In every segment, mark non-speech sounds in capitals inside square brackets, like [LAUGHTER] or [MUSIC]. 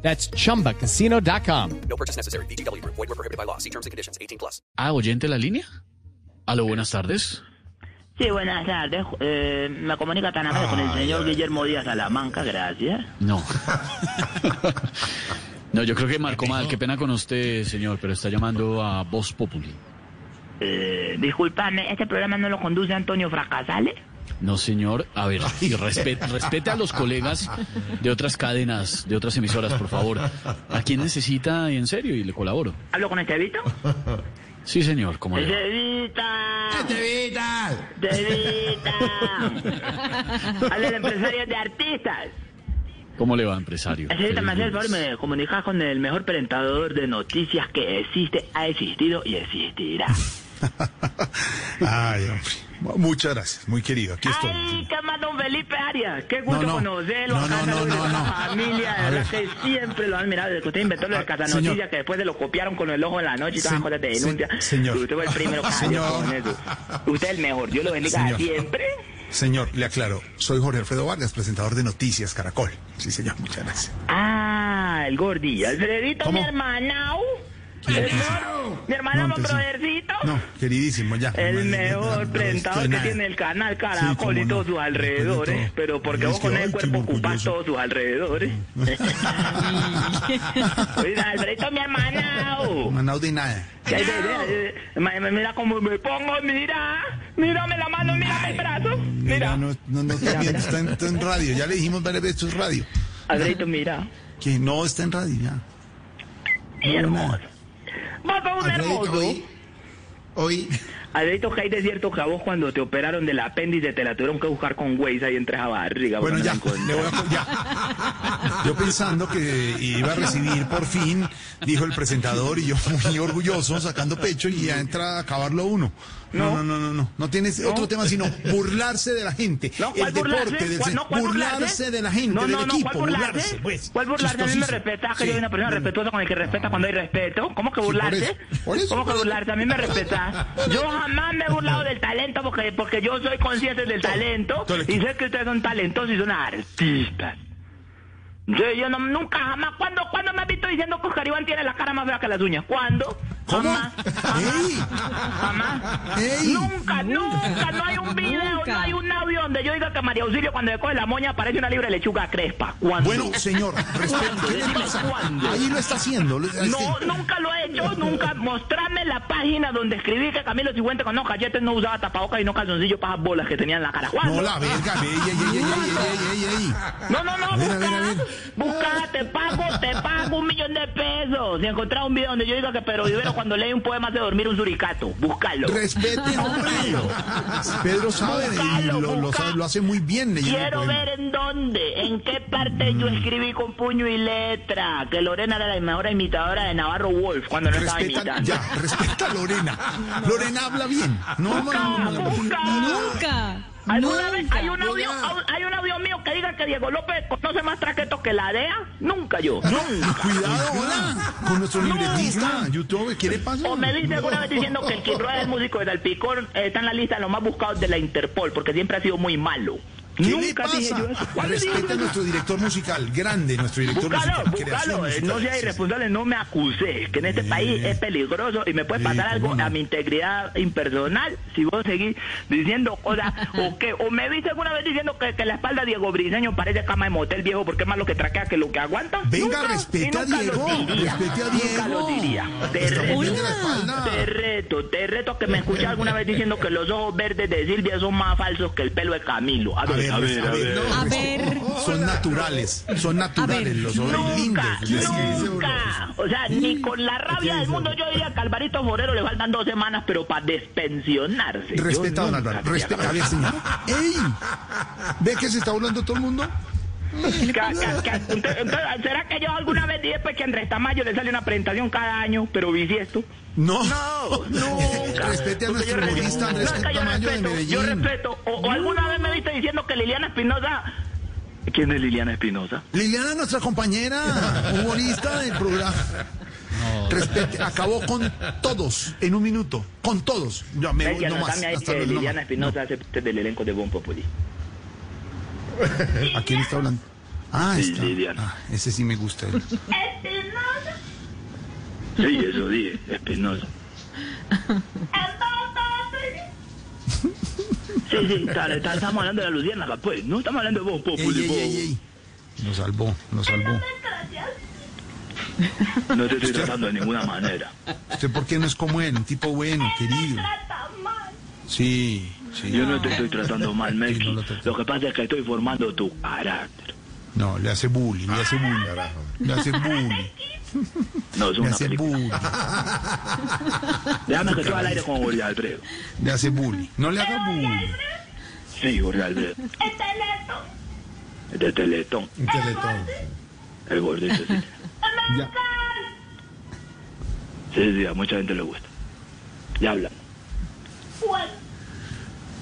That's chumbacasino.com. No purchase necessary. BGW. Void were prohibited by law. See terms and conditions. 18 plus. Ah, oyente de la línea. Aló, buenas tardes. Sí, buenas tardes. Eh, me comunica tan amable con el señor Guillermo Díaz Salamanca, gracias. No. no, yo creo que marcó mal. Qué pena con usted, señor, pero está llamando a Voz Populi. Eh, disculpame, este programa no lo conduce Antonio Fracasales. No, señor. A ver, y respe- respete a los colegas de otras cadenas, de otras emisoras, por favor. ¿A quién necesita en serio? Y le colaboro. ¿Hablo con Estevito? Sí, señor, ¿cómo le va? ¡Estevita! Estevita. ¡Estevita! ¡A los empresarios de artistas! ¿Cómo le va, empresario? Estevita, me hace el favor y Feliz lunes. me comunicas con el mejor presentador de noticias que existe, ha existido y existirá. [LAUGHS] Ay, hombre. Mu- Muchas gracias, muy querido. Aquí estoy. ¡Ay, qué más don Felipe Arias! ¡Qué gusto No, no. conocerlo! No, acá no, no, saludos no, a la no. familia, de A verdad ver. que siempre lo han admirado. Desde que usted inventó lo de Ah, Casanotilla, señor. que después se lo copiaron con el ojo en la noche y todas Se- las cosas de se- denuncia. señor. Usted fue el primero que salió Señor. con eso. Usted es el mejor, Dios lo bendiga Señor. siempre. Señor, le aclaro, soy Jorge Alfredo Vargas, presentador de Noticias Caracol. Sí, señor, muchas gracias. Ah, el gordillo. Alfredito, mi ¿Cómo? hermanao. El mejor- Mi hermano, No, mi entonces- brodercito. No, queridísimo, ya. El no, no, no, no, mejor no, presentador estoy que nada. tiene [LAUGHS] el canal Sí, Caracol cómo y todos no. sus alrededores. Después de todo. pero porque Es vos que, con ay, el qué cuerpo ocupás orgulloso. todos sus alrededores. Oye, Alfredito, mi hermanao. Manao de nada. Que hay de- de- eh, ma- ma- Mira cómo me pongo, mira. Mírame la mano, mírame el brazo. Mira, Mira. no, no, no está bien, está en, está en radio. Ya le dijimos varias veces, esto es radio. Alfredito, mira. Que no está en radio, ya. Y hermoso. Vos sos un hermoso. hoy. Alfredito, que hay de cierto que a vos cuando te operaron del apéndice te la tuvieron que buscar con Waze ahí entre esa barriga. Bueno, porque no ya, la encontré. le voy a co- [LAUGHS] ya. Yo pensando que iba a recibir por fin, dijo el presentador, y yo muy orgulloso, sacando pecho, y ya entra a acabarlo uno. No, no, no, no, no. No tienes otro tema sino burlarse de la gente. No, ¿cuál el deporte burlarse? del ¿Cuál- se- no, ¿cuál burlarse de la gente, no, del no, no, equipo, ¿cuál burlarse? pues. ¿Cuál burlarse? A mí me Chistosísimo. respetás, que Sí, yo soy una persona no, no. respetuosa con el que respeta cuando hay respeto. ¿Cómo que Sí, por burlarse? eso, por eso, ¿Cómo que por eso. burlarse? A mí me respetás. Yo jamás me he burlado del talento porque, porque yo soy consciente del talento todo el y equipo. sé que ustedes son talentosos y son artistas. Yo, yo no, nunca, jamás, ¿cuándo, ¿cuándo me has visto diciendo que Oscar Iván tiene la cara más fea que las uñas? ¿Cuándo? ¿Cómo? Jamás, ¡Ey! jamás. ¡Ey! Nunca, nunca, no hay un video, no hay un audio donde yo diga que María Auxilio cuando le coge la moña aparece una libra de lechuga crespa. ¿Cuándo? Bueno, señor, respeto. ¿Qué le Decime pasa? cuándo. Ahí lo está haciendo. lo- no, nunca lo he hecho, nunca. Mostrarme la página donde escribí que Camilo Cifuentes con no cachetes no usaba tapabocas y no calzoncillo para esas bolas que tenía en la cara. ¿Cuándo? No, la verga, ey, ey, ey, ey, ey, ey, ey, ey. No, no, no, A ver, a ver, a busca, ver. busca, te pago, te pago un millón de pesos. Si encontrás un video donde yo diga que Pedro Vivero cuando lee un poema hace dormir un suricato, búscalo. Respete, hombre. Pedro sabe y Buscalo, lo, lo busca. sabe, lo hace muy bien leyendo Quiero poemas. ver en dónde, en qué parte yo escribí con puño y letra que Lorena era la mejor imitadora de Navarro Wolf cuando no estaba Respeta, imitando. ya, respeta a Lorena. Lorena habla bien. No, no, no, no, no. Busca. Nunca. ¿Alguna vez nunca. hay un, audio, hay un audio mío que diga que Diego López conoce más traquetos que la DEA? Nunca yo. No, cuidado, hola, con nuestro libretista, youtuber, ¿qué le pasa? O me dice alguna vez diciendo que el Kid Roy es el músico de Salpicón eh, está en la lista de los más buscados de la Interpol porque siempre ha sido muy malo. ¿Qué le Nunca dije pasa? yo eso. ¿Cuándo dije yo Respeta a eso? nuestro director musical, grande nuestro director Búscalo, musical. creación búscalo. eh, musical. No sea Sí, sí. irresponsable, no me acusé. Que en este país es peligroso y me puede Sí, pasar algo cómo no. a mi integridad impersonal si vos seguís diciendo cosas. o [LAUGHS] que o me viste alguna vez diciendo que, que la espalda de Diego Briseño parece cama de motel viejo porque es más lo que traquea que lo que aguanta. Venga, Nunca, respeta a y nunca lo Diego, diría. respete a Nunca lo Diego. diría. Te Está reto, moviendo la espalda. te reto, te reto que me escuché alguna vez diciendo que los ojos verdes de Silvia son más falsos que el pelo de Camilo. A A ver, ver, a ver, a ver. no, A respete. ver. Son naturales, son naturales los ojos lindos. Nunca, nunca. O sea, ni con la rabia del mundo yo diría que a Alvarito Forero le faltan dos semanas, pero para despensionarse. Yo Respeta, don nunca Álvaro. te Respeta, a ver, señor. ¡Ey! ¿Ve que se está burlando todo el mundo? Ca- ca- ca- entonces, entonces, ¿Será que yo alguna vez dije pues, que a Andrés Tamayo le sale una presentación cada año, pero bisiesto? No, [LAUGHS] No, nunca. Respete a Porque yo nuestro respeto- humorista Andrés No, es que yo Tamayo de respeto, yo Medellín. respeto. O, o alguna vez me viste diciendo que Liliana Espinosa... ¿Quién es Liliana Espinosa? Liliana, nuestra compañera humorista del programa. Respete, acabó con todos en un minuto, con todos. Ya me Hay voy, que no más. anotarme ahí Hasta que luego, no Liliana más. Espinosa hace parte del elenco de Bon Populi. ¿Eh? ¿A quién está hablando? Ah, Sí, está. Liliana. Ah, ese sí me gusta. Espinosa, Sí, eso dije, Espinosa. entonces, Sí, sí, [LAUGHS] claro, está- estamos hablando de la Luciana, pues. No estamos hablando de Bon Populi. Ey, ey, ey, ey. Nos salvó, nos salvó. entonces, gracias. bobo. No te estoy tratando de ninguna manera. ¿Usted por qué no es como él? Un tipo bueno, querido. Trata mal. Sí, sí. Yo no te [LAUGHS] estoy tratando mal, Meki. no lo trates. Lo que pasa es que estoy formando tu carácter. No, le hace bullying, le hace bullying. Le hace bullying, No, es le una hace película. bullying, Déjame que estoy al aire con Jorge Alfredo. le hace bullying. No le haga bullying. Sí, Jorge Alfredo. El teléfono, De Teletón. [LAUGHS] Un teletón. El gordito, sí. el Ya. mercado, Sí, sí, a mucha gente le gusta. Ya habla. bueno,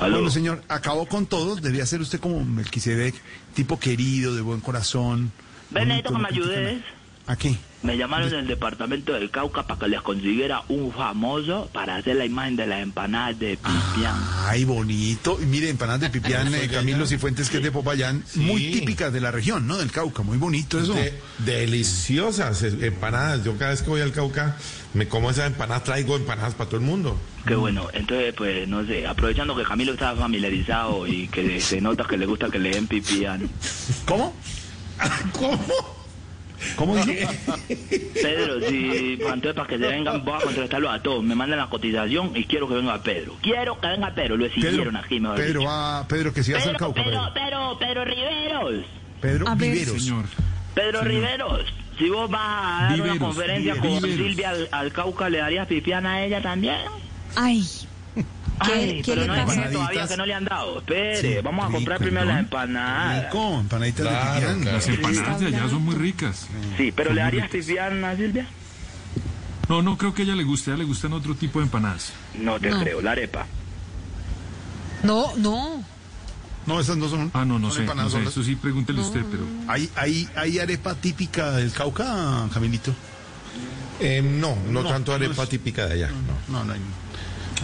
Aló. Bueno, señor, acabó con todos. Debía ser usted como Melquisedec, tipo querido, de buen corazón. Ven, necesito bonito, que no me critica ayudes. nada. ¿A qué? Me llamaron del departamento del Cauca para que les consiguiera un famoso para hacer la imagen de las empanadas de Pipián. Ay, bonito. Y mire, empanadas de pipián, eh, Camilo Cifuentes, que es de Popayán, muy típicas de la región, ¿no? Del Cauca, muy bonito eso. De- deliciosas eh, empanadas. Yo cada vez que voy al Cauca me como esas empanadas, traigo empanadas para todo el mundo. Qué bueno, entonces pues no sé, aprovechando que Camilo está familiarizado y que le- se nota que le gusta que le den Pipián. [LAUGHS] ¿Cómo? ¿Cómo? ¿Cómo dijo? Eh, Pedro, si pues, entonces para que se vengan, voy a contratarlo a todos. Me mandan la cotización y quiero que venga Pedro. Quiero que venga Pedro, lo exigieron Pedro, aquí, mejor Pedro, dicho. va, Pedro, que sigas al Pedro, Cauca, Pedro, Pedro. Pedro, Pedro Riveros. Pedro A ver. Viveros. Pedro Riveros, si vos vas a dar Viveros, una conferencia con Viveros. Silvia al, al Cauca, ¿le darías pipián a ella también? Ay, ¿Qué- Ay, qué pero le no hay pasa? gente todavía que no le han dado. Espere, Sí, vamos a comprar rico, primero ¿no? las Ah. empanadas. Rico, empanaditas Claro, Ah. de pipián. claro. las empan- empanadas de allá son muy ricas. Sí, pero ¿le darías pipián a Silvia? No, no creo que a ella le guste, a ella le gustan otro tipo de empanadas. No te creo, la arepa. no, no. No, esas no son. Ah, no, no sé, no empanadas, sé, son las- eso sí pregúntele usted, pero... ¿Hay, hay, ¿Hay arepa típica del Cauca, Camilito? Eh, no, no, No, tanto arepa no es- típica de allá. no. No, no hay.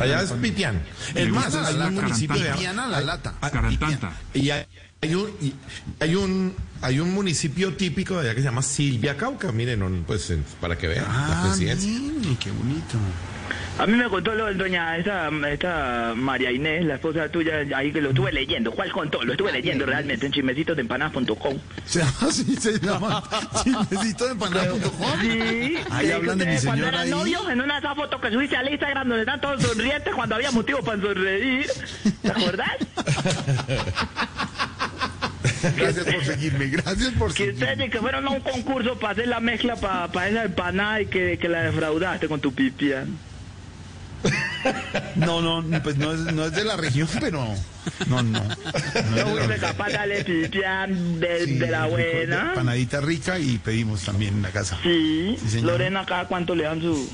Allá es Pipián. Es Le más, gusta hay la un municipio de carantanta. Pipián a la lata. Ah, Carantanta. Y hay, hay un, y hay un hay un municipio típico de allá que se llama Silvia Cauca, miren, no, pues eh, para que vean Ah, la presidencia. mire, qué bonito. A mí me contó lo del doña, esta, esta María Inés, la esposa tuya, ahí que lo estuve leyendo. ¿Cuál contó? Lo estuve leyendo realmente en chismecitosdeempanadas.com. Se llama así, se llama [LAUGHS] chismecito de empanada.com. Sí. Ahí hablan de mi Cuando señora eran ahí. novios, en una de esas fotos que subiste al Instagram donde están todos sonrientes cuando había motivo para sonreír. ¿Te acordás? Gracias por seguirme, gracias por Que ustedes seguirme. de que fueron a un concurso para hacer la mezcla para esa empanada y que, que la defraudaste con tu pipia. No, no, pues no es, no es de la región, pero. No, no. no es de No la fuiste región. capaz de darle pipia de, Sí, de la rico, buena. Panadita rica y pedimos también en la casa. Sí. Sí, señor. Lorena, acá cuánto le dan su.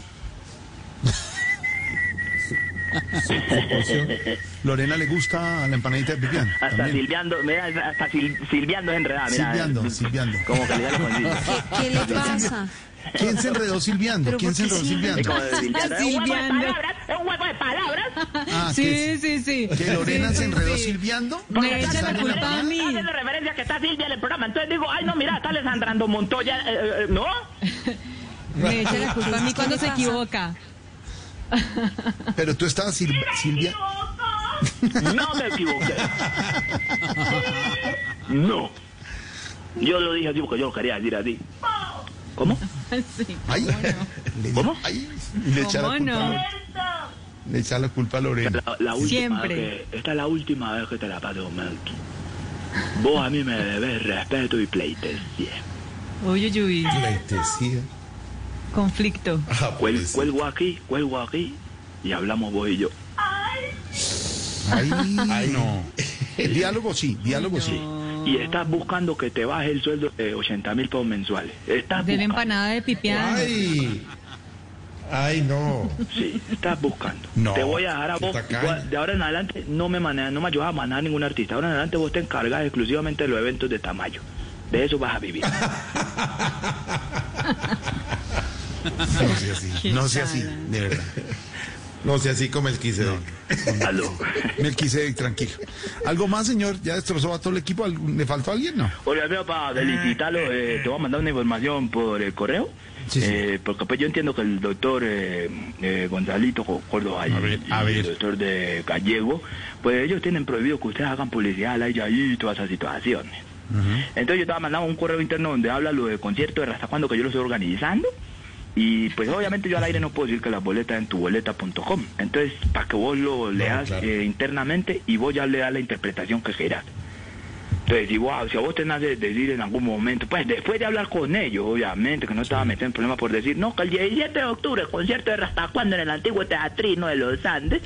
Lorena le gusta la empanadita de pipián. Hasta también. silbiando, mira, hasta sil- silbiando es enredada, mira. [LAUGHS] Silbiando, silbiando. Como que le da la [LAUGHS] bolsilla. ¿Qué, qué Ah, le pasa? ¿Quién se enredó silbiando? ¿Pero ¿Quién por se qué enredó siempre? Es silbiando? como de silbiando. Es un juego de Silbiando. palabras, es un juego de palabras. Ah, Sí, sí, sí. que, que Lorena Sí, se sí, enredó sí. silbiando. Me Porque echa la hacen culpa a referencia- mí. hacen la referencia que está Silvia en el programa. Entonces digo, ay, no, mira, está Alessandro Montoya. eh, eh, ¿No? Me echa la culpa a mí cuando se equivoca. Pero tú estabas sil- Silvia. No me [LAUGHS] equivoqué. No. Yo lo dije así porque yo lo quería decir así. ¿Cómo? Sí. Ay, le dio- ¿Cómo? ay, le echa la ¿Cómo culpa a no? Lorena. Le echa la culpa a Lorena. La, la última Siempre. vez que- esta es la última vez que te la paso, Melky. Vos a mí me debes respeto y pleitesía. Uy, uy, uy. Pleitesía. Conflicto. Ah, Cuel- pues, cuelgo aquí, cuelgo aquí y hablamos vos y yo. [LAUGHS] Ay, no. Diálogo sí, diálogo sí. y estás buscando que te baje el sueldo de 80 mil pesos mensuales. Estás De buscando. la empanada de pipián. Ay. Ay, no. Sí, estás buscando. No, te voy a dejar a qué vos. tacaño. igual, De ahora en adelante no me manejas, no me ayudas a manejar a ningún artista. Ahora en adelante vos te encargas exclusivamente de los eventos de Tamayo. De eso vas a [LAUGHS] vivir. No sea así, no sea así, de verdad. No sé, así como el quise. Aló. Melquisedec, tranquilo. ¿Algo más, señor? ¿Ya destrozó a todo el equipo? ¿Algún- ¿Le faltó alguien? No. Oye, amigo, para Ah. felicitarlo, eh, te voy a mandar una información por el correo. Sí, sí. Eh, porque pues yo entiendo que el doctor eh, eh, Gonzalito Co- Córdoba y, A ver, a y ver. el doctor de Gallego, pues ellos tienen prohibido que ustedes hagan publicidad al aire ahí y todas esas situaciones. Entonces yo estaba mandando un correo interno donde habla lo del concierto de Raza Cuando que yo lo estoy organizando. Y pues obviamente yo al aire no puedo decir que la boleta en tuboleta.com. Entonces, para que vos lo leas claro. eh, internamente y vos ya le das la interpretación que querás. Entonces, si, vos- si a vos te nace decir en algún momento, pues después de hablar con ellos, obviamente, que no estaba metido en problemas por decir, no, que el 17 de octubre, concierto de Rastacuando en el antiguo teatrino de los Andes,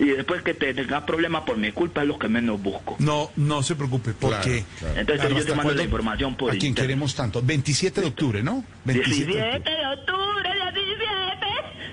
y después que te tengas problemas por mi culpa es lo que menos busco. No, no se preocupe, porque... claro. Entonces, yo te ¿Hasta mando la cuándo? información por A quien interno. queremos tanto. 27 de octubre, ¿no? 27 de 17 octubre. de octubre,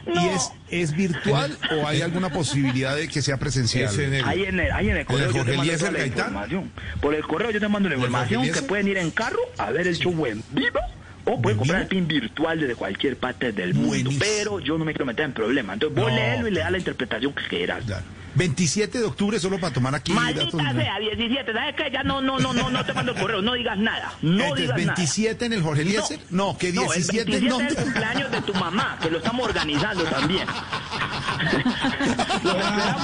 17. ¿Y es, es virtual o hay alguna posibilidad de que sea presencial? Es en el- Ahí en el, ahí en el correo yo Jorge te mando Eliezer toda la Gaitán? información. Por el correo yo te mando la Jorge información que Eliezer? pueden ir en carro a ver el show en vivo o pueden ¿En comprar vivo? el pin virtual desde cualquier parte del mundo. Buenísimo. Pero yo no me quiero meter en problemas. Entonces vos No. léelo y le das la interpretación que quieras. Claro. 27 de octubre solo para tomar aquí datos. Maldita sea, 17, ¿sabes qué? Ya no, no, no, no, no te mando el correo, no digas nada, no Entonces, digas nada. 27 en el Jorge Eliezer. No, que No, el 17 27 no. es el cumpleaños de tu mamá, que lo estamos organizando [LAUGHS] también. lo esperamos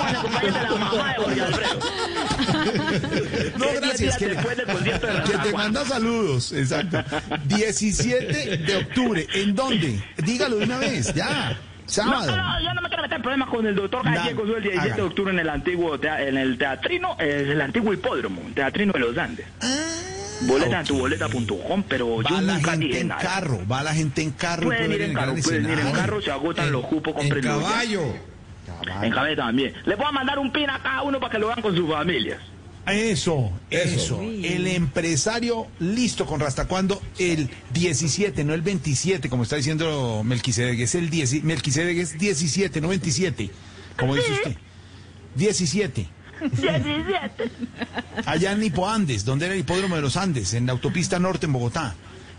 en el cumpleaños de la mamá de Jorge Alfredo. No, ¿Qué gracias. día Que, después del concierto de que te Rastacuando? manda saludos. Exacto. 17 de octubre. ¿En dónde? Dígalo de una vez. Ya. No, Sábado. no, no, yo no me quiero meter en problemas con el doctor Gallego, Dale, soy el 17 hágalo. de octubre en el antiguo tea- en el teatrino, eh, el antiguo hipódromo, teatrino de los Andes. boleta en tu boleta.com, pero yo Ah, Va la nunca gente dije en nada. carro. Va la gente en carro. Pueden puede ir en el carro, gran pueden ir en escenario. carro, se agotan los cupos, En compren caballo. En cabeza también. Les voy a mandar un pin a cada uno para que lo vean con sus familias. Eso, eso. El empresario listo con Rastacuando el 17, no el 27, como está diciendo Melquisedec. Es el 10, Melquisedec es 17, no 27, como dice usted. 17. 17. Allá en Hipoandes, donde era el hipódromo de los Andes, en la autopista norte en Bogotá.